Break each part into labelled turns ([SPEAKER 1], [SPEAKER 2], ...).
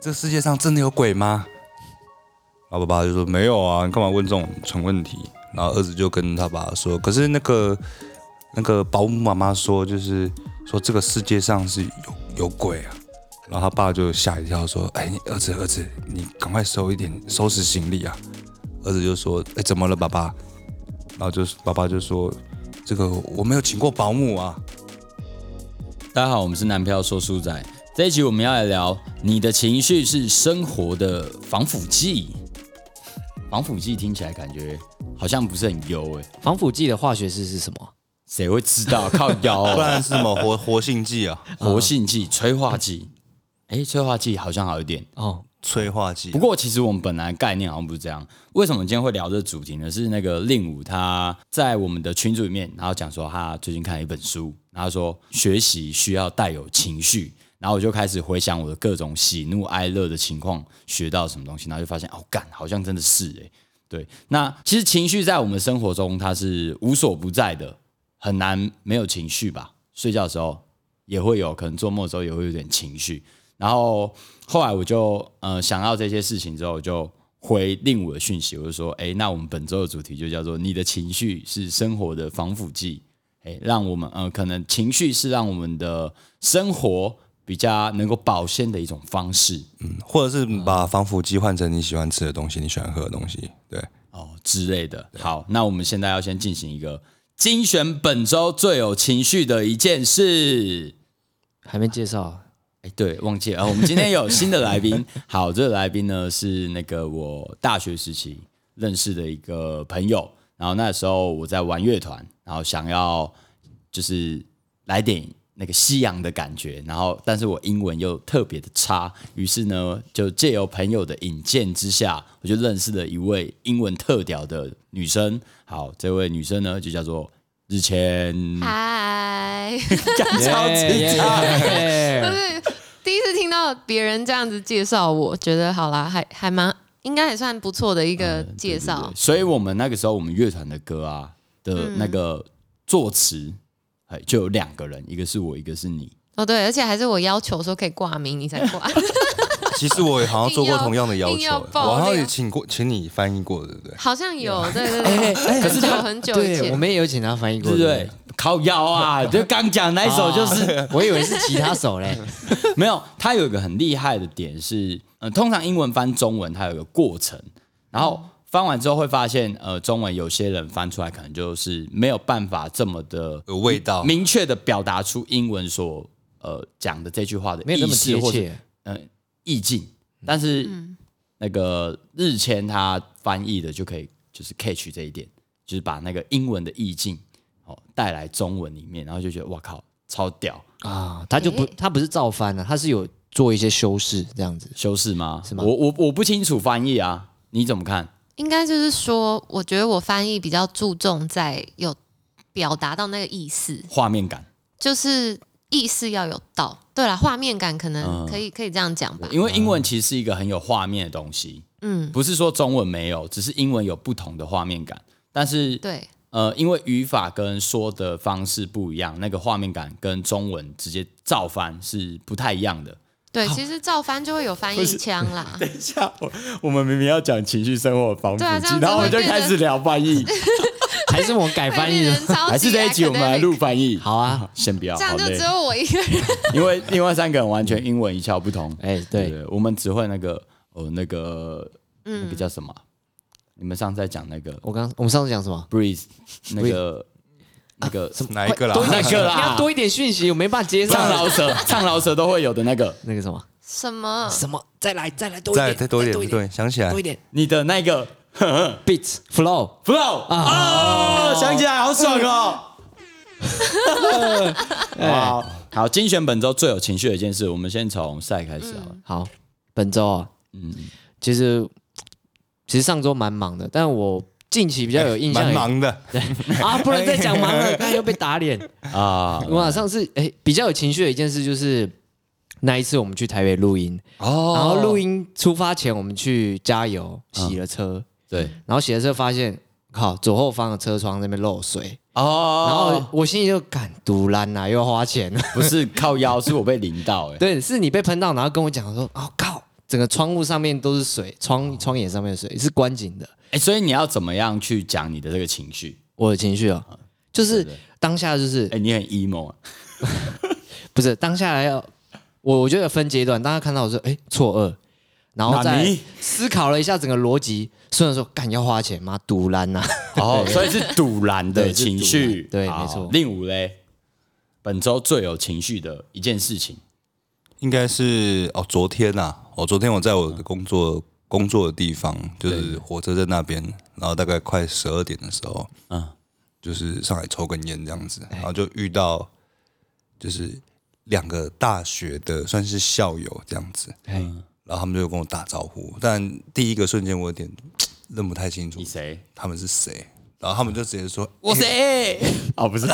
[SPEAKER 1] 这世界上真的有鬼吗？”然后爸爸就说：“没有啊，你干嘛问这种蠢问题？”然后儿子就跟他爸说：“可是那个那个保姆妈妈说，就是说这个世界上是有有鬼啊。”然后他爸就吓一跳说：“哎，你儿子儿子，你赶快收一点，收拾行李啊！”儿子就说：“哎，怎么了，爸爸？”然后就是爸爸就说：“这个我没有请过保姆啊。”
[SPEAKER 2] 大家好，我们是男票说书仔。这一集我们要来聊，你的情绪是生活的防腐剂。防腐剂听起来感觉好像不是很优诶，
[SPEAKER 3] 防腐剂的化学式是什么？
[SPEAKER 2] 谁会知道？靠腰、
[SPEAKER 1] 不
[SPEAKER 2] 哦，
[SPEAKER 1] 然是什么活活性剂啊，
[SPEAKER 2] 活性剂、催化剂。诶，催化剂好像好一点。
[SPEAKER 3] 哦，
[SPEAKER 1] 催化剂啊
[SPEAKER 2] 不。过其实我们本来概念好像不是这样。为什么今天会聊这个主题呢？是那个令武他在我们的群组里面，然后讲说他最近看了一本书，然后说学习需要带有情绪。然后我就开始回想我的各种喜怒哀乐的情况，学到什么东西，然后就发现哦，干，好像真的是诶、对。那其实情绪在我们生活中它是无所不在的，很难没有情绪吧？睡觉的时候也会有，可能做梦的时候也会有点情绪。然后后来我就呃想到这些事情之后，我就回令我的讯息，我就说，哎，那我们本周的主题就叫做“你的情绪是生活的防腐剂”，哎，让我们呃可能情绪是让我们的生活比较能够保鲜的一种方式
[SPEAKER 1] 或者是
[SPEAKER 3] 嗯
[SPEAKER 1] 把防腐剂换成你喜欢吃的东西，你喜欢喝的东西。 对，
[SPEAKER 2] 哦之类的。好，那我们现在要先进行一个精选本周最有情绪的一件事。
[SPEAKER 3] 还没介绍啊，
[SPEAKER 2] 哎，对，忘记了、呃我们今天有新的来宾。好，这个来宾呢是那个我大学时期认识的一个朋友，然后那时候我在玩乐团，然后想要就是来点那个西洋的感觉，然后但是我英文又特别的差，于是呢就借由朋友的引荐之下，我就认识了一位英文特屌的女生。好，这位女生呢就叫做日千，
[SPEAKER 4] 嗨，
[SPEAKER 2] 超级差。
[SPEAKER 3] 哎
[SPEAKER 4] 第一次听到别人这样子介绍我，觉得好啦，还还蛮应该还算不错的一个介
[SPEAKER 2] 嗯对
[SPEAKER 4] 绍。嗯
[SPEAKER 2] 所以我们那个时候，我们乐团的歌啊的那个作词，哎、就有两个人，一个是我，一个是你。
[SPEAKER 4] 哦，对，而且还是我要求说可以挂名，你才 挂。
[SPEAKER 1] 其实我也好像做过
[SPEAKER 4] 硬要
[SPEAKER 1] 同样的要
[SPEAKER 4] 硬
[SPEAKER 1] 求，
[SPEAKER 4] 要
[SPEAKER 1] 欸我
[SPEAKER 4] 爆料
[SPEAKER 1] 好像也请过，请你翻译过，对不对？
[SPEAKER 4] 好像有，对对 对，
[SPEAKER 3] 可
[SPEAKER 4] 很久很久
[SPEAKER 3] 哎
[SPEAKER 4] 以
[SPEAKER 3] 对，我
[SPEAKER 4] 前，
[SPEAKER 3] 们也有请他翻译
[SPEAKER 2] 对
[SPEAKER 3] 过，
[SPEAKER 2] 不对？靠腰 啊，就刚讲那一首就是、
[SPEAKER 3] 啊，我以为是吉他手嘞，
[SPEAKER 2] 没有，它有一个很厉害的点是，呃，通常英文翻中文它有一个过程，然后
[SPEAKER 4] 嗯
[SPEAKER 2] 翻完之后会发现，呃，中文有些人翻出来可能就是没有办法这么的
[SPEAKER 1] 有味道。
[SPEAKER 2] 明确的表达出英文所呃讲的这句话的
[SPEAKER 3] 没有那么
[SPEAKER 2] 意思
[SPEAKER 3] 贴
[SPEAKER 2] 或者
[SPEAKER 3] 切，
[SPEAKER 2] 嗯、意境，但是、
[SPEAKER 4] 嗯
[SPEAKER 2] 那个日签他翻译的就可以就是 catch 这一点，就是把那个英文的意境哦带来中文里面，然后就觉得哇靠，超屌，
[SPEAKER 3] 啊，他就不，
[SPEAKER 4] 诶
[SPEAKER 3] 他不是照翻啊了、他是有做一些修饰这样子。
[SPEAKER 2] 修饰吗？
[SPEAKER 3] 是吗
[SPEAKER 2] 我我我不清楚翻译啊，你怎么看？
[SPEAKER 4] 应该就是说，我觉得我翻译比较注重在有表达到那个意思，
[SPEAKER 2] 画面感，
[SPEAKER 4] 就是意思要有到。对啦，画面感可能
[SPEAKER 2] 嗯
[SPEAKER 4] 可以可以这样讲吧。
[SPEAKER 2] 因为英文其实是一个很有画面的东西，
[SPEAKER 4] 嗯，
[SPEAKER 2] 不是说中文没有，只是英文有不同的画面感，但是
[SPEAKER 4] 对，
[SPEAKER 2] 呃，因为语法跟说的方式不一样，那个画面感跟中文直接照翻是不太一样的。
[SPEAKER 4] 对，其实照翻就会有翻译腔 啦。
[SPEAKER 2] 等一下，我我们明明要讲情绪生活防腐
[SPEAKER 4] 对啊这
[SPEAKER 2] 剂
[SPEAKER 4] 样，子
[SPEAKER 2] 然后我们就
[SPEAKER 4] 会变
[SPEAKER 2] 开始聊翻 译，
[SPEAKER 3] 还是我 改翻译
[SPEAKER 4] 会
[SPEAKER 3] 的
[SPEAKER 4] 变？成超级
[SPEAKER 2] 还是这一集我们来
[SPEAKER 4] academic
[SPEAKER 2] 录翻译？
[SPEAKER 3] 好啊，
[SPEAKER 2] 先不要，
[SPEAKER 4] 这
[SPEAKER 2] 好
[SPEAKER 4] 样就
[SPEAKER 2] 累
[SPEAKER 4] 只，有我一个人。
[SPEAKER 2] 因为另外三个人完全英文一窍不通。
[SPEAKER 3] 哎、对，
[SPEAKER 2] 我们只会那个哦，那个
[SPEAKER 4] 嗯
[SPEAKER 2] 那个叫什么啊？你们上次在讲那个
[SPEAKER 3] 我刚我们上次讲什么？
[SPEAKER 2] breeze，那个那个
[SPEAKER 1] 哪一个啦？
[SPEAKER 3] 多一点
[SPEAKER 2] 那个
[SPEAKER 3] 你
[SPEAKER 2] 啦
[SPEAKER 3] 要，多一点讯息，我没办法接
[SPEAKER 2] 唱
[SPEAKER 3] 上。
[SPEAKER 2] 老舌，唱老舌都会有的那个，
[SPEAKER 3] 那个什么
[SPEAKER 4] 什么？
[SPEAKER 3] 什么，再来再来多一
[SPEAKER 1] 再
[SPEAKER 3] 点，
[SPEAKER 1] 再多一
[SPEAKER 3] 再
[SPEAKER 1] 点，对，想起来
[SPEAKER 3] 多一点
[SPEAKER 2] 你的那个
[SPEAKER 3] ，beats flow。
[SPEAKER 2] flow 啊，想起来好爽哦。嗯 好好，精选本周最有情绪的一件事，我们先从赛开始好了。
[SPEAKER 3] 好，本周啊，
[SPEAKER 2] 嗯，
[SPEAKER 3] 其实其实上周蛮忙的，但我近期比较有印象
[SPEAKER 1] 哎蛮
[SPEAKER 3] 也
[SPEAKER 1] 忙的。哎
[SPEAKER 3] 啊，不能再讲忙了，刚才又被 打脸。
[SPEAKER 2] 啊，
[SPEAKER 3] 哇，上次哎、比较有情绪的一件事就是那一次我们去台北录音，
[SPEAKER 2] 哦
[SPEAKER 3] 然后录音出发前我们去加油
[SPEAKER 1] 嗯
[SPEAKER 3] 洗了车，
[SPEAKER 2] 对
[SPEAKER 3] 然后洗了车发现靠左后方的车窗那边漏水，然后
[SPEAKER 2] 哦，
[SPEAKER 3] 我心里就敢独烂啊呐，又要花钱了。
[SPEAKER 2] 不是靠腰，是我被淋到哎，
[SPEAKER 3] 对，是你被喷到，然后跟我讲说，哦靠，整个窗户上面都是水，
[SPEAKER 1] 哦
[SPEAKER 3] 窗窗眼上面的水是观景的。
[SPEAKER 2] 哎，所以你要怎么样去讲你的这个情绪？
[SPEAKER 3] 我的情绪哦，就是
[SPEAKER 2] 嗯对对
[SPEAKER 3] 当下就是哎
[SPEAKER 2] 哎，你很 emo 啊，
[SPEAKER 3] 不是当下要我我觉得有分阶段，当他看到我说哎错愕，然后
[SPEAKER 2] 纳
[SPEAKER 3] 再
[SPEAKER 2] 尼
[SPEAKER 3] 思考了一下整个逻辑，顺着说干要花钱吗？啊赌烂呐、
[SPEAKER 2] 哦，所以是堵然的
[SPEAKER 3] 对是
[SPEAKER 2] 情绪，
[SPEAKER 3] 堵然对
[SPEAKER 2] 好
[SPEAKER 3] 没错
[SPEAKER 2] 令武嘞，本周最有情绪的一件事情，
[SPEAKER 1] 应该是哦，昨天呐、啊，哦，昨天我在我的工作、工作的地方，就是火车站那边，然后大概快十二点的时候，
[SPEAKER 2] 嗯
[SPEAKER 1] 嗯，哎就是上来抽根烟这样子，然后就遇到就是两个大学的算是校友这样子，
[SPEAKER 3] 嗯
[SPEAKER 1] 然后他们就跟我打招呼，但第一个瞬间我有点认不太清楚
[SPEAKER 2] 你谁？
[SPEAKER 1] 他们是谁，然后他们就直接说，
[SPEAKER 2] 我谁？哦，不是，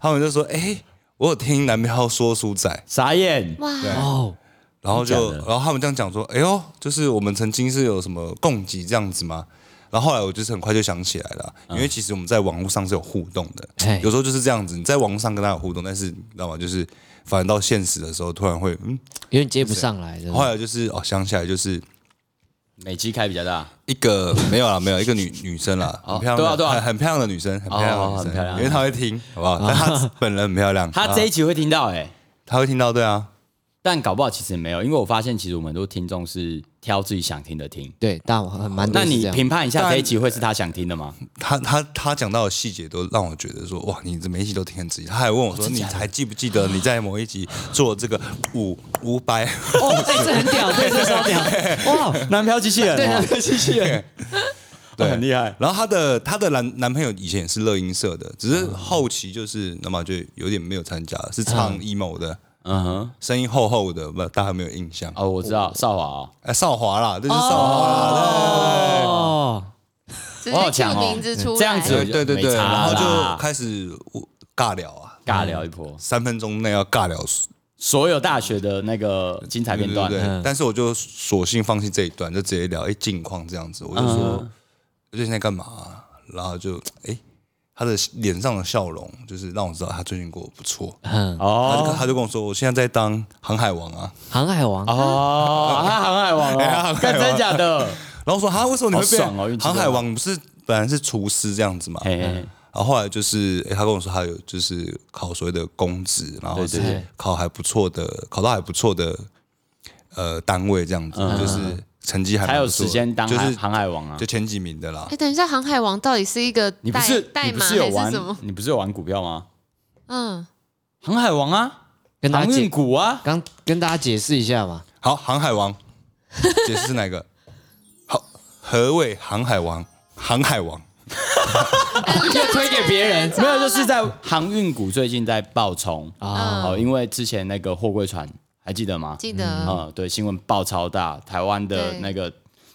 [SPEAKER 1] 他们就说，哎、我有听男票说书仔，
[SPEAKER 2] 傻眼，
[SPEAKER 4] 哇，
[SPEAKER 3] 哦，
[SPEAKER 1] 然后
[SPEAKER 2] 真
[SPEAKER 1] 就
[SPEAKER 2] 的假，的
[SPEAKER 1] 然后他们这样讲说：“哎呦，就是我们曾经是有什么供给这样子吗？”然后后来我就是很快就想起来了，
[SPEAKER 2] 嗯
[SPEAKER 1] 因为其实我们在网络上是有互动的
[SPEAKER 3] 嘿，
[SPEAKER 1] 有时候就是这样子，你在网络上跟他有互动，但是你知道吗？就是反而到现实的时候，突然会嗯，
[SPEAKER 3] 有点接不上来，真
[SPEAKER 1] 后
[SPEAKER 3] 的
[SPEAKER 1] 来就是哦，想起来就是
[SPEAKER 2] 美肌开比较大，
[SPEAKER 1] 一个没有啦，没有一个 女女生啦，很漂亮，
[SPEAKER 2] 对啊对啊
[SPEAKER 1] 很很漂亮的女生，很漂亮的
[SPEAKER 2] 哦很
[SPEAKER 1] 女
[SPEAKER 2] 漂
[SPEAKER 1] 生，
[SPEAKER 2] 亮
[SPEAKER 1] 因为她会听，好不 好？但她本人很漂亮，
[SPEAKER 2] 他
[SPEAKER 1] 啊
[SPEAKER 2] 这一集会听到哎、
[SPEAKER 1] 她会听到，对啊，
[SPEAKER 2] 但搞不好其实也没有，因为我发现其实我们很多听众是挑自己想听的听。
[SPEAKER 3] 对，但我很蛮多
[SPEAKER 2] 哦那
[SPEAKER 3] 是这
[SPEAKER 2] 你
[SPEAKER 3] 样。
[SPEAKER 2] 评判一下
[SPEAKER 1] 但
[SPEAKER 2] 这一集会是他想听的吗？
[SPEAKER 1] 他他他讲到的细节都让我觉得说，哇，你这每一集都听很仔细。他还问我
[SPEAKER 2] 哦
[SPEAKER 1] 说，你还记不记得你在某一集做这个五五百？
[SPEAKER 3] 哦，哎、这很 屌，对，这超屌，哇，
[SPEAKER 2] 南漂机器人
[SPEAKER 3] 对，啊，机器人，
[SPEAKER 1] 对，
[SPEAKER 2] 很厉害。
[SPEAKER 1] 然后她的她的男男朋友以前也是乐音社的，只
[SPEAKER 2] 嗯
[SPEAKER 1] 是后期就是那么就有点没有参加，是唱 emo 的，
[SPEAKER 2] 嗯哼，
[SPEAKER 1] 声音厚厚的，不，大家有没有印象？
[SPEAKER 2] 哦，我知道，少华、哦，
[SPEAKER 1] 哎，少华啦，这是少华啦，
[SPEAKER 3] 哦，
[SPEAKER 4] 直
[SPEAKER 2] 我好
[SPEAKER 4] 接
[SPEAKER 2] 强
[SPEAKER 4] 叫
[SPEAKER 2] 哦
[SPEAKER 4] 名字出来，
[SPEAKER 2] 这样子
[SPEAKER 1] 对对对对对，
[SPEAKER 2] 没差
[SPEAKER 1] 然
[SPEAKER 2] 啦
[SPEAKER 1] 后就开始尬聊啊，
[SPEAKER 2] 尬聊一波，
[SPEAKER 1] 三分钟内要尬聊
[SPEAKER 2] 所有大学的那个精彩片段，嗯
[SPEAKER 1] 对对对但是我就索性放弃这一段，就直接聊哎近况这样子。我就说，
[SPEAKER 2] 嗯
[SPEAKER 1] 最近在干嘛啊、然后就哎，他的脸上的笑容就是让我知道他最近过得不错。
[SPEAKER 3] 嗯
[SPEAKER 1] 他就
[SPEAKER 2] 哦
[SPEAKER 1] 跟他就跟我说，我现在在当航海王啊。
[SPEAKER 3] 航海 王，
[SPEAKER 2] 哦，他航海王
[SPEAKER 1] 哎他
[SPEAKER 2] 哦
[SPEAKER 1] 航，海
[SPEAKER 2] 干
[SPEAKER 1] 王
[SPEAKER 2] 真假 的？
[SPEAKER 1] 然后说啊哈，为什么你会
[SPEAKER 2] 好爽哦运
[SPEAKER 1] 变
[SPEAKER 2] 气真
[SPEAKER 1] 航
[SPEAKER 2] 好
[SPEAKER 1] 海王？不是本来是厨师这样子嘛？
[SPEAKER 2] 嘿嘿，
[SPEAKER 1] 然后后来就是，哎诶他跟我说他有就是考所谓的公职，然后
[SPEAKER 2] 对对
[SPEAKER 1] 是
[SPEAKER 3] 对
[SPEAKER 1] 考还不错的，考到还不错的呃单位这样子，就是成绩还
[SPEAKER 2] 才
[SPEAKER 1] 蛮
[SPEAKER 2] 嗯有
[SPEAKER 1] 不错
[SPEAKER 2] 时
[SPEAKER 1] 的
[SPEAKER 2] 间当
[SPEAKER 1] 就是
[SPEAKER 2] 航航海王啊
[SPEAKER 1] 就。前几名的啦
[SPEAKER 4] 哎，。等一下，航海王到底是一个
[SPEAKER 2] 你不
[SPEAKER 4] 代
[SPEAKER 2] 是
[SPEAKER 4] 代
[SPEAKER 2] 你不
[SPEAKER 4] 码
[SPEAKER 2] 是有
[SPEAKER 4] 还
[SPEAKER 2] 玩
[SPEAKER 4] 是什么？
[SPEAKER 2] 你不是有玩股票吗？
[SPEAKER 4] 嗯，
[SPEAKER 2] 航海王啊，
[SPEAKER 3] 跟大
[SPEAKER 2] 航
[SPEAKER 3] 家
[SPEAKER 2] 运
[SPEAKER 3] 解，
[SPEAKER 2] 股啊，
[SPEAKER 3] 刚跟大家解释一下嘛，
[SPEAKER 1] 好，航海 王，解释是哪个？好，何谓航海王？航海王，
[SPEAKER 3] 要推给别 人，
[SPEAKER 2] 没有，就是在航运股最近在爆冲啊、哦，因为之前那个货柜船还记得吗？
[SPEAKER 4] 记得
[SPEAKER 2] 啊、对，新闻爆超大，台湾的
[SPEAKER 4] 嗯对
[SPEAKER 2] 那个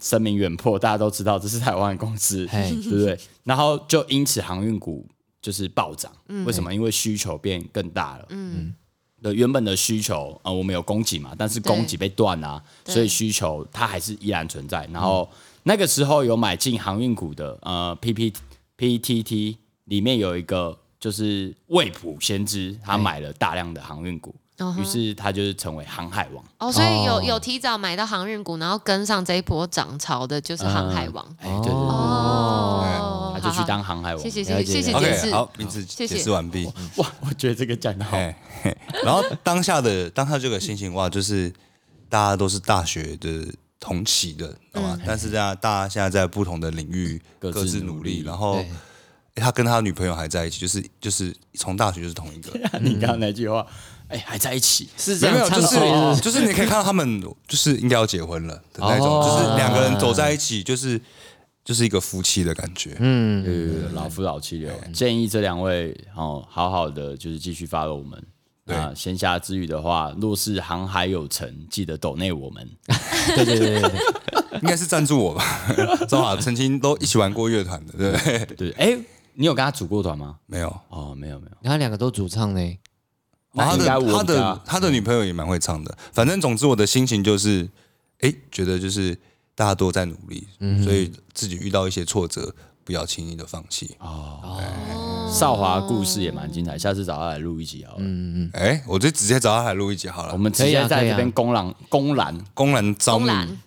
[SPEAKER 2] 声名远播，大家都知道这是台湾的公司，
[SPEAKER 3] 嘿
[SPEAKER 2] 对不对？然后就因此航运股就是暴涨，
[SPEAKER 4] 嗯
[SPEAKER 2] 为什么？因为需求变更大了，嗯。的原本的需求，呃，我们有供给嘛，但是供给被断啦、
[SPEAKER 4] 对嗯
[SPEAKER 2] 所以需求它还是依然存在。然后、那个时候有买进航运股的，呃，P P P T T 里面有一个就是未卜先知，他买了大量的航运股，
[SPEAKER 4] 嗯哼
[SPEAKER 2] 于是他就是成为航海王。
[SPEAKER 4] 哦，所以有
[SPEAKER 3] 哦
[SPEAKER 4] 有提早买到航运股，然后跟上这一波涨潮的，就是航海王
[SPEAKER 2] 哎，对对对，
[SPEAKER 4] 哦，
[SPEAKER 2] 他
[SPEAKER 4] 好
[SPEAKER 2] 就去当
[SPEAKER 4] 好
[SPEAKER 2] 航海王。
[SPEAKER 4] 谢谢
[SPEAKER 3] 了解
[SPEAKER 4] 谢谢谢谢哎解
[SPEAKER 1] OK，
[SPEAKER 4] 释，
[SPEAKER 1] 好，名字解
[SPEAKER 4] 谢谢
[SPEAKER 1] 释完毕。
[SPEAKER 2] 哇，我觉得这个讲的好。
[SPEAKER 1] 哎，嘿然后当下的当下这个心情哇，就是大家都是大学的同期的，懂
[SPEAKER 4] 嗯
[SPEAKER 1] 吗？但是大家大家现在在不同的领域
[SPEAKER 2] 各
[SPEAKER 1] 各
[SPEAKER 2] 自
[SPEAKER 1] 自
[SPEAKER 2] 努
[SPEAKER 1] 努
[SPEAKER 2] 力
[SPEAKER 1] 力，然后
[SPEAKER 3] 对。
[SPEAKER 1] 诶他跟他女朋友还在一起，就是就是从大学就是同一个，
[SPEAKER 2] 你刚刚那句话，哎，还在一起，
[SPEAKER 3] 是这
[SPEAKER 1] 没有没有，
[SPEAKER 3] 样唱
[SPEAKER 1] 就是
[SPEAKER 3] 出来 的
[SPEAKER 1] 就是你可以看到他们就是应该要结婚了的那种，
[SPEAKER 3] 哦
[SPEAKER 1] 就是两个人走在一起，就是就是一个夫妻的感觉。
[SPEAKER 3] 嗯，
[SPEAKER 2] 呃，老夫老妻留。建议这两位哦，好好的就是继续 follow 我们。那闲暇之余的话，若是航海有成，记得抖内我们。
[SPEAKER 3] 对对对对对，
[SPEAKER 1] 应该是赞助我吧， 知道吧？曾经都一起玩过乐团的，对不对？
[SPEAKER 2] 对，哎，你有跟他组过团吗？
[SPEAKER 1] 没有，
[SPEAKER 2] 哦，没有没有。
[SPEAKER 3] 然后两个都主唱呢，
[SPEAKER 1] 哦
[SPEAKER 2] 那
[SPEAKER 1] 他
[SPEAKER 2] 应该
[SPEAKER 1] 的
[SPEAKER 2] 我
[SPEAKER 1] 他
[SPEAKER 2] 比较嗯
[SPEAKER 1] 的他的女朋友也蛮会唱的。反正总之我的心情就是，
[SPEAKER 2] 嗯
[SPEAKER 1] 哎，觉得就是大家都在努力，所以自己遇到一些挫折，不要轻易的放弃。
[SPEAKER 2] 哦，少华故事也蛮精彩，下次找他来录一集好了。
[SPEAKER 1] 哎，我就直接找他来录一集好
[SPEAKER 2] 我
[SPEAKER 1] 了。
[SPEAKER 2] 们直
[SPEAKER 3] 可以
[SPEAKER 2] 接
[SPEAKER 3] 啊
[SPEAKER 2] 在
[SPEAKER 3] 可以
[SPEAKER 2] 这
[SPEAKER 3] 啊
[SPEAKER 2] 边公然公然
[SPEAKER 1] 公然招
[SPEAKER 4] 公
[SPEAKER 1] 募，
[SPEAKER 4] 然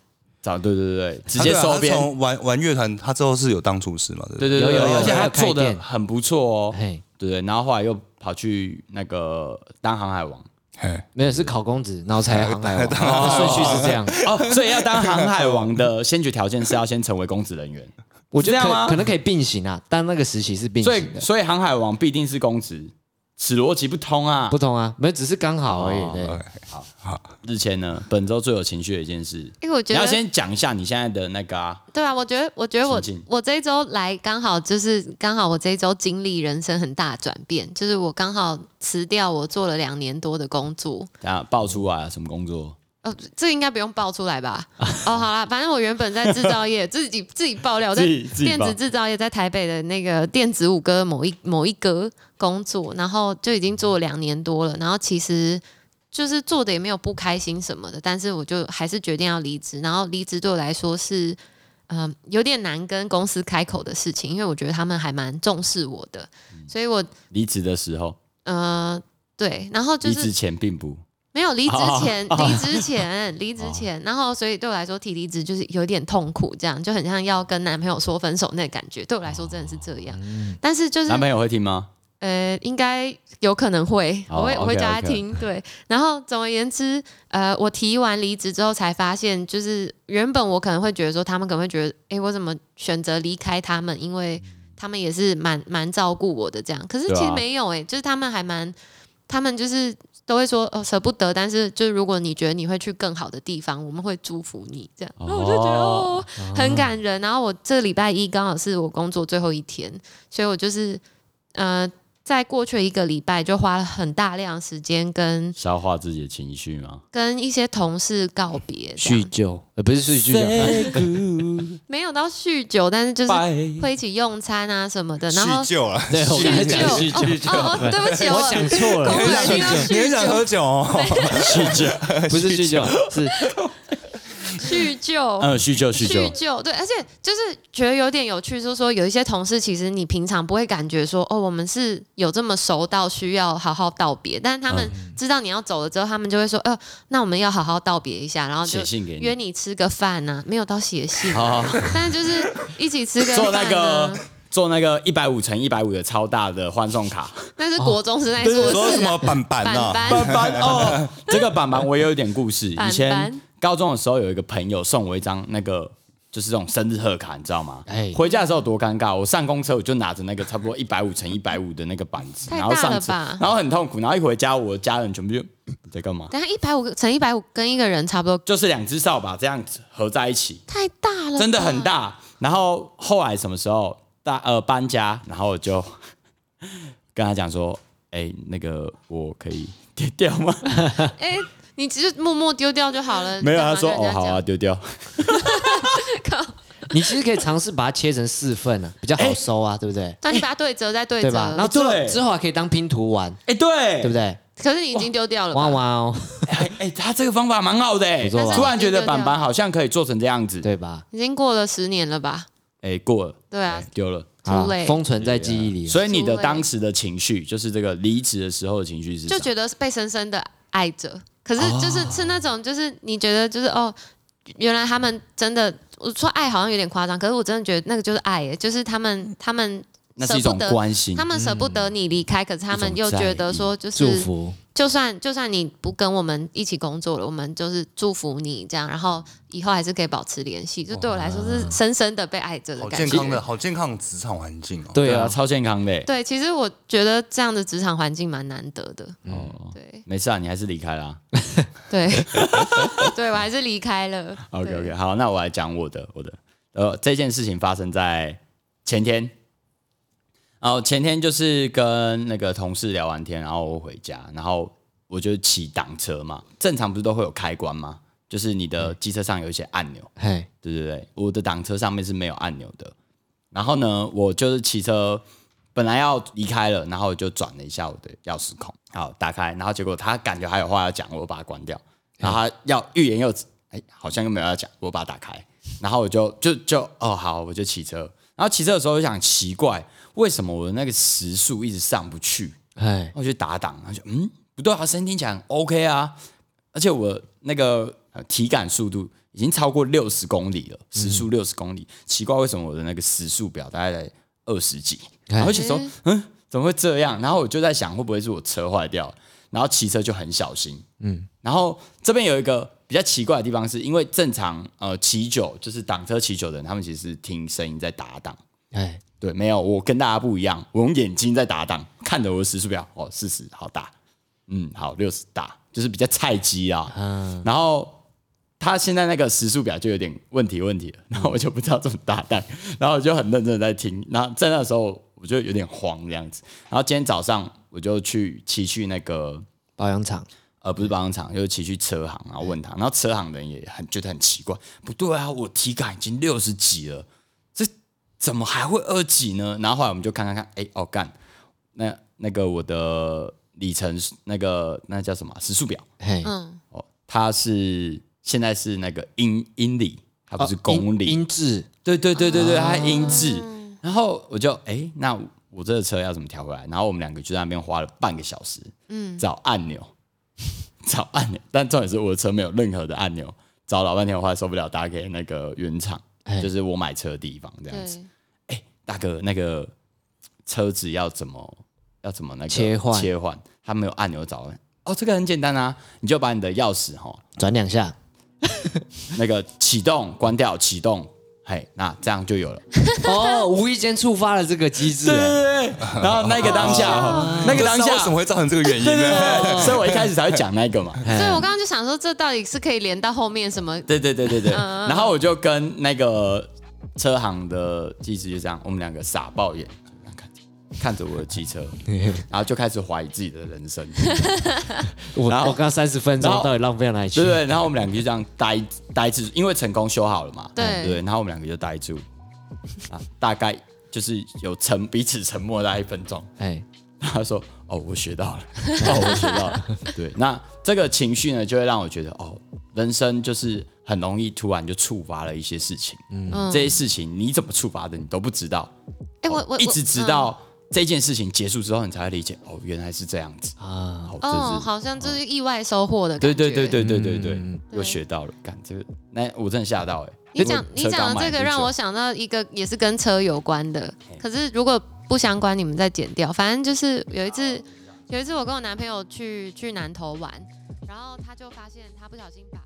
[SPEAKER 2] 找，对对对对，直
[SPEAKER 1] 他
[SPEAKER 2] 接
[SPEAKER 1] 对啊
[SPEAKER 2] 收
[SPEAKER 1] 他
[SPEAKER 2] 编，
[SPEAKER 1] 从玩玩乐团，他之后是有当厨师嘛？对不
[SPEAKER 2] 对
[SPEAKER 1] 对
[SPEAKER 2] 对对，
[SPEAKER 3] 有有
[SPEAKER 2] 对
[SPEAKER 3] 有
[SPEAKER 2] 而且
[SPEAKER 3] 还
[SPEAKER 2] 他
[SPEAKER 3] 有开
[SPEAKER 2] 做的
[SPEAKER 3] 店
[SPEAKER 2] 很不错哦，
[SPEAKER 3] 嘿，
[SPEAKER 2] 对对，然后后来又跑去那个当航海王。
[SPEAKER 1] 嘿，
[SPEAKER 3] 没有是考公子，然后
[SPEAKER 2] 哎
[SPEAKER 3] 才航海王，顺序是这样。
[SPEAKER 2] 哦，所以要当航海王的先决条件是要先成为公职人员，
[SPEAKER 3] 我觉得
[SPEAKER 2] 是这样吗
[SPEAKER 3] 可可能可以并行啊，但那个时期是并
[SPEAKER 2] 所
[SPEAKER 3] 行
[SPEAKER 2] 以
[SPEAKER 3] 的，
[SPEAKER 2] 所以航海王必定是公职，此逻辑不通啊。
[SPEAKER 3] 不同啊，没有只是刚好而
[SPEAKER 2] 哦
[SPEAKER 3] 已。对，
[SPEAKER 2] 日签呢，本周最有情绪的一件事，
[SPEAKER 4] 因为我觉
[SPEAKER 2] 你要
[SPEAKER 4] 得
[SPEAKER 2] 先讲一下你现在的那个啊，
[SPEAKER 4] 对啊，我觉得，我觉得我
[SPEAKER 2] 情境
[SPEAKER 4] 我这一周来刚好就是刚好我这一周经历人生很大转变，就是我刚好辞掉我做了两年多的工作，
[SPEAKER 2] 等下爆出来啊，什么工作？
[SPEAKER 4] 呃，这应该不用爆出来吧？哦，好啦，反正我原本在制造 业，自己自己爆料，我在
[SPEAKER 2] 自己自己
[SPEAKER 4] 电
[SPEAKER 2] 爆
[SPEAKER 4] 子制造业在台北的那个电子五哥某一某一哥工作，然后就已经做了两年多了，然后其实就是做的也没有不开心什么的，但是我就还是决定要离职，然后离职对我来说是。嗯、有点难跟公司开口的事情，因为我觉得他们还蛮重视我的，
[SPEAKER 2] 嗯
[SPEAKER 4] 所以我
[SPEAKER 2] 离职的时候，
[SPEAKER 4] 呃对，然后就
[SPEAKER 2] 离
[SPEAKER 4] 是
[SPEAKER 2] 职前并不
[SPEAKER 4] 没有离职前，离职前，离职前，然后所以对我来说提离职就是有点痛苦，这样就很像要跟男朋友说分手那感觉，对我来说真的是这样。但是就是
[SPEAKER 2] 男朋友会听吗？
[SPEAKER 4] 呃，应该有可能会，
[SPEAKER 2] 哦
[SPEAKER 4] 我会、我
[SPEAKER 2] OK，
[SPEAKER 4] 会叫他
[SPEAKER 2] OK
[SPEAKER 4] 听。对，然后总而言之，呃，我提完离职之后才发现，就是原本我可能会觉得说，他们可能会觉得，诶，我怎么选择离开他们？因为他们也是蛮蛮照顾我的这样。可是
[SPEAKER 2] 对啊
[SPEAKER 4] 其实没有、诶，就是他们还蛮，他们就是都会说，哦，舍不得，但是就是如果你觉得你会去更好的地方，我们会祝福你这样。然后我就觉得
[SPEAKER 2] 哦
[SPEAKER 4] 哦，很感人。然后我这礼拜一刚好是我工作最后一天，所以我就是呃，在过去一个礼拜就花了很大量的时间跟
[SPEAKER 2] 消化自己的情绪吗？
[SPEAKER 4] 跟一些同事告别，这
[SPEAKER 3] 叙
[SPEAKER 4] 样
[SPEAKER 3] 旧，呃，不是叙叙旧，
[SPEAKER 4] 没有到酗酒，但是就是
[SPEAKER 2] 拜
[SPEAKER 4] 会一起用餐啊什么的，然后
[SPEAKER 1] 酗酒了，
[SPEAKER 3] 对，我刚才讲
[SPEAKER 4] 旧
[SPEAKER 3] 叙旧，
[SPEAKER 4] 哦哦，对不起，
[SPEAKER 3] 我讲错了
[SPEAKER 4] 公，
[SPEAKER 1] 你
[SPEAKER 4] 然
[SPEAKER 1] 很
[SPEAKER 4] 听到
[SPEAKER 1] 想你很
[SPEAKER 4] 酗
[SPEAKER 1] 想喝
[SPEAKER 4] 酒，
[SPEAKER 1] 酒 哦，
[SPEAKER 3] 不是叙旧，是
[SPEAKER 4] 酗酒。
[SPEAKER 2] 嗯，叙旧叙
[SPEAKER 4] 酗
[SPEAKER 2] 旧，
[SPEAKER 4] 酒，对，而且就是觉得有点有趣，就是说有一些同事，其实你平常不会感觉说，哦，我们是有这么熟到需要好好道别，但是他
[SPEAKER 2] 嗯
[SPEAKER 4] 们知道你要走了之后，他们就会说，呃，那我们要好好道别一下，然后就
[SPEAKER 2] 写信给
[SPEAKER 4] 约
[SPEAKER 2] 你，
[SPEAKER 4] 你吃个饭呐、没有到写信，啊
[SPEAKER 2] 好，
[SPEAKER 4] 但是就是一起吃个
[SPEAKER 2] 做
[SPEAKER 4] 饭、
[SPEAKER 2] 那
[SPEAKER 4] 啊、
[SPEAKER 2] 个做那个一百五乘一百五的超大的欢送 卡。
[SPEAKER 4] 那是国中时代做的
[SPEAKER 1] 说
[SPEAKER 4] 事
[SPEAKER 1] 什么板板
[SPEAKER 4] 板
[SPEAKER 1] 啊？
[SPEAKER 4] 板
[SPEAKER 2] 板板哦， 这个板板我也有一点故事。
[SPEAKER 4] 板板
[SPEAKER 2] 以前高中的时候，有一个朋友送我一张那个。就是这种生日贺卡，你知道吗？
[SPEAKER 3] 哎
[SPEAKER 2] 回家的时候多尴尬！我上公车我就拿着那个差不多一百五乘一百五的那个板子，
[SPEAKER 4] 太
[SPEAKER 2] 然
[SPEAKER 4] 大
[SPEAKER 2] 后
[SPEAKER 4] 了
[SPEAKER 2] 上车
[SPEAKER 4] 吧，
[SPEAKER 2] 然后很痛苦，然后一回家，我家人全部就你在干嘛？
[SPEAKER 4] 等一下一百五乘一百五跟一个人差不多，
[SPEAKER 2] 就是两只扫把这样子合在一起，
[SPEAKER 4] 太大 了，
[SPEAKER 2] 真的很。大。然后后来什么时候大呃搬家，然后我就 跟他讲说，哎、那个我可以丢掉吗？
[SPEAKER 4] 哎、你只是默默丢掉就好了。
[SPEAKER 2] 没有，他
[SPEAKER 4] 干嘛
[SPEAKER 2] 说
[SPEAKER 4] 跟人
[SPEAKER 2] 哦
[SPEAKER 4] 家
[SPEAKER 2] 好啊，
[SPEAKER 4] 讲，
[SPEAKER 2] 丢掉。
[SPEAKER 3] 你其实可以尝试把它切成四份啊，比较好收啊，对不对？
[SPEAKER 4] 那你把它对折再对
[SPEAKER 3] 对
[SPEAKER 4] 折，
[SPEAKER 3] 吧？然后之后
[SPEAKER 2] 哎对
[SPEAKER 3] 之后还可以当拼图玩，
[SPEAKER 2] 哎、对，
[SPEAKER 3] 对不？对？
[SPEAKER 4] 可是你已经丢掉了吧
[SPEAKER 3] 哇哇哦，
[SPEAKER 2] 哎、哎他这个方法蛮好的、哎
[SPEAKER 3] 不错吧
[SPEAKER 2] 突然觉得板板好像可以做成这样子。
[SPEAKER 3] 对吧？
[SPEAKER 4] 已经过了十年了吧？
[SPEAKER 2] 哎、过了，
[SPEAKER 4] 对啊，
[SPEAKER 2] 丢了。
[SPEAKER 3] 好
[SPEAKER 4] 出类
[SPEAKER 3] 啦啊封存在记忆里了。
[SPEAKER 2] 所以你的当时的情绪，就是这个离职的时候的情绪是啥？
[SPEAKER 4] 就觉得是被深深的爱着。可是就是、是那种，就是你觉得就是哦，原来他们真的，我说爱好像有点夸张，可是我真的觉得那个就是爱耶，就是他们他们
[SPEAKER 2] 那
[SPEAKER 4] 舍
[SPEAKER 2] 是一
[SPEAKER 4] 不
[SPEAKER 2] 种
[SPEAKER 4] 得，
[SPEAKER 2] 关心
[SPEAKER 4] 他。们舍不得你离开，可是他们又觉得说就
[SPEAKER 3] 祝
[SPEAKER 4] 是
[SPEAKER 3] 福，
[SPEAKER 4] 就算就算你不跟我们一起工作了，我们就是祝福你这样，然后以后还是可以保持联系。就对我来说是深深的被爱着的
[SPEAKER 1] 好
[SPEAKER 4] 感
[SPEAKER 1] 健
[SPEAKER 4] 觉。
[SPEAKER 1] 康的，好健康的职场环境哦。
[SPEAKER 3] 对
[SPEAKER 2] 对啊，
[SPEAKER 3] 啊，
[SPEAKER 2] 超健康的、
[SPEAKER 4] 对，其实我觉得这样的职场环境蛮难得的。
[SPEAKER 2] 哦，
[SPEAKER 4] 对
[SPEAKER 2] 没事啊，你还是离开啦。
[SPEAKER 4] 对 对，我还是离开了。
[SPEAKER 2] OK
[SPEAKER 4] 对
[SPEAKER 2] OK，好，那我来讲我的我的，呃，这件事情发生在前天，然后前天就是跟那个同事聊完天，然后我回家，然后我就骑挡车嘛，正常不是都会有开关吗？就是你的机车上有一些按钮，
[SPEAKER 3] 嘿，
[SPEAKER 2] 对对对，我的挡车上面是没有按钮的。然后呢，我就是骑车，本来要离开了，然后我就转了一下我的钥匙孔，好打开，然后结果他感觉还有话要讲，我就把它关掉，然后他要欲言又止，哎，好像又没有要讲，我把它打开，然后我就就就哦好，我就骑车，然然后骑车的时候就想奇怪，为什么我的那个时速一直上不去？
[SPEAKER 3] 哎，
[SPEAKER 2] 我去打档，然后就嗯不对啊，声音听起来很 OK 啊，而且我那个呃体感速度已经超过六十公里了，时速六十公里，奇怪为什么我的那个时速表大概在二十几，然后就说嗯怎么会这样？然后我就在想会不会是我车坏掉了，然后骑车就很小心，嗯，然后这边有一个。比较奇怪的地方是因为正常呃骑九就是挡车骑九的人，他们其实是听声音在打档，
[SPEAKER 3] 哎，
[SPEAKER 2] 对，没有，我跟大家不一样，我用眼睛在打档，看着我的时速表，哦，四十好大，嗯，好六十大，就是比较菜鸡啊。然后他现在那个时速表就有点问题问题了，然后我就不知道怎么打档，然后我就很认真的在听，然后在那时候我就有点慌这样子。然后今天早上我就去骑去那个
[SPEAKER 3] 保养厂，
[SPEAKER 2] 呃，不是保养厂，就是骑去车行，然后问他，然后车行的人也很觉得很奇怪，不对啊，我体感已经六十几了，这怎么还会二几呢？然后后来我们就看看看，哎，哦干，那那个我的里程数那个那叫什么啊时速表
[SPEAKER 3] 嘿，
[SPEAKER 4] 嗯，
[SPEAKER 2] 哦，它是现在是那个英英里，它不是
[SPEAKER 3] 哦
[SPEAKER 2] 公里，
[SPEAKER 3] 音质，
[SPEAKER 2] 对对对对对，它
[SPEAKER 3] 啊
[SPEAKER 2] 音质。然后我就哎，那我这个车要怎么调回来？然后我们两个就在那边花了半个小时，嗯，找按钮， 找按钮。但重点是我的车没有任何的按钮，找老半天，我后来受不了，打给那个原厂，
[SPEAKER 3] 哎
[SPEAKER 2] 就是我买车的地方这样子。
[SPEAKER 4] 对，
[SPEAKER 2] 大哥，那个车子要怎么要怎么那个
[SPEAKER 3] 切换
[SPEAKER 2] 切换？它没有按钮找哦，这个很简单啊，你就把你的钥匙哈、
[SPEAKER 3] 转 两下，
[SPEAKER 2] 那个启动关掉，启动，嘿，那这样就有了。
[SPEAKER 3] 哦，无意间触发了这个机制，哎
[SPEAKER 2] 然后那个当下，那个当
[SPEAKER 1] 不知道
[SPEAKER 2] 下
[SPEAKER 1] 为什，么会造成这个 原因呢？
[SPEAKER 2] 对所以我一开始才会讲那个嘛。
[SPEAKER 4] 所以我刚刚就想说，这到底是可以连到后面什么？
[SPEAKER 2] 对对对对对。然后我就跟那个车行的技师就这样，我们两个傻爆眼，就这样看着 看着我的机 车，然后就开始怀疑自己的人生，
[SPEAKER 3] 我
[SPEAKER 2] 然后
[SPEAKER 3] 我刚三十分钟
[SPEAKER 2] 然后
[SPEAKER 3] 到底浪费了哪里去
[SPEAKER 2] 对？对。然后我们两个就这样呆呆住，因为成功修好了嘛，
[SPEAKER 4] 对
[SPEAKER 2] 对。然后我们两个就呆住，啊，大概就是有沉彼此沉默大概一分钟。
[SPEAKER 3] 哎，
[SPEAKER 2] 他说：“哦，我学到了，哦，我学到了。”对，那这个情绪呢，就会让我觉得，哦，人生就是很容易突然就触发了一些事情。嗯，这些事情你怎么触发的，你都不知道。
[SPEAKER 4] 哎，我我
[SPEAKER 2] 哦一直直。
[SPEAKER 4] 我嗯
[SPEAKER 2] 到这件事情结束之后，你才会理解，哦，原来是这样子啊。好，这
[SPEAKER 4] 哦，
[SPEAKER 2] 是、
[SPEAKER 4] 好像这是意外收获的感
[SPEAKER 2] 对
[SPEAKER 4] 觉。
[SPEAKER 2] 对对对对对对，又
[SPEAKER 4] 对
[SPEAKER 2] 学到了。干这个，那我真的吓到哎、欸。
[SPEAKER 4] 你讲
[SPEAKER 2] 我
[SPEAKER 4] 你
[SPEAKER 2] 车
[SPEAKER 4] 讲
[SPEAKER 2] 刚
[SPEAKER 4] 的
[SPEAKER 2] 买
[SPEAKER 4] 这个
[SPEAKER 2] 不
[SPEAKER 4] 让
[SPEAKER 2] 久
[SPEAKER 4] 我想到一个也是跟车有关的，可是如果不相关，你们再剪掉。反正就是有一次，有一次我跟我男朋友去去南投玩，然后他就发现他不小心把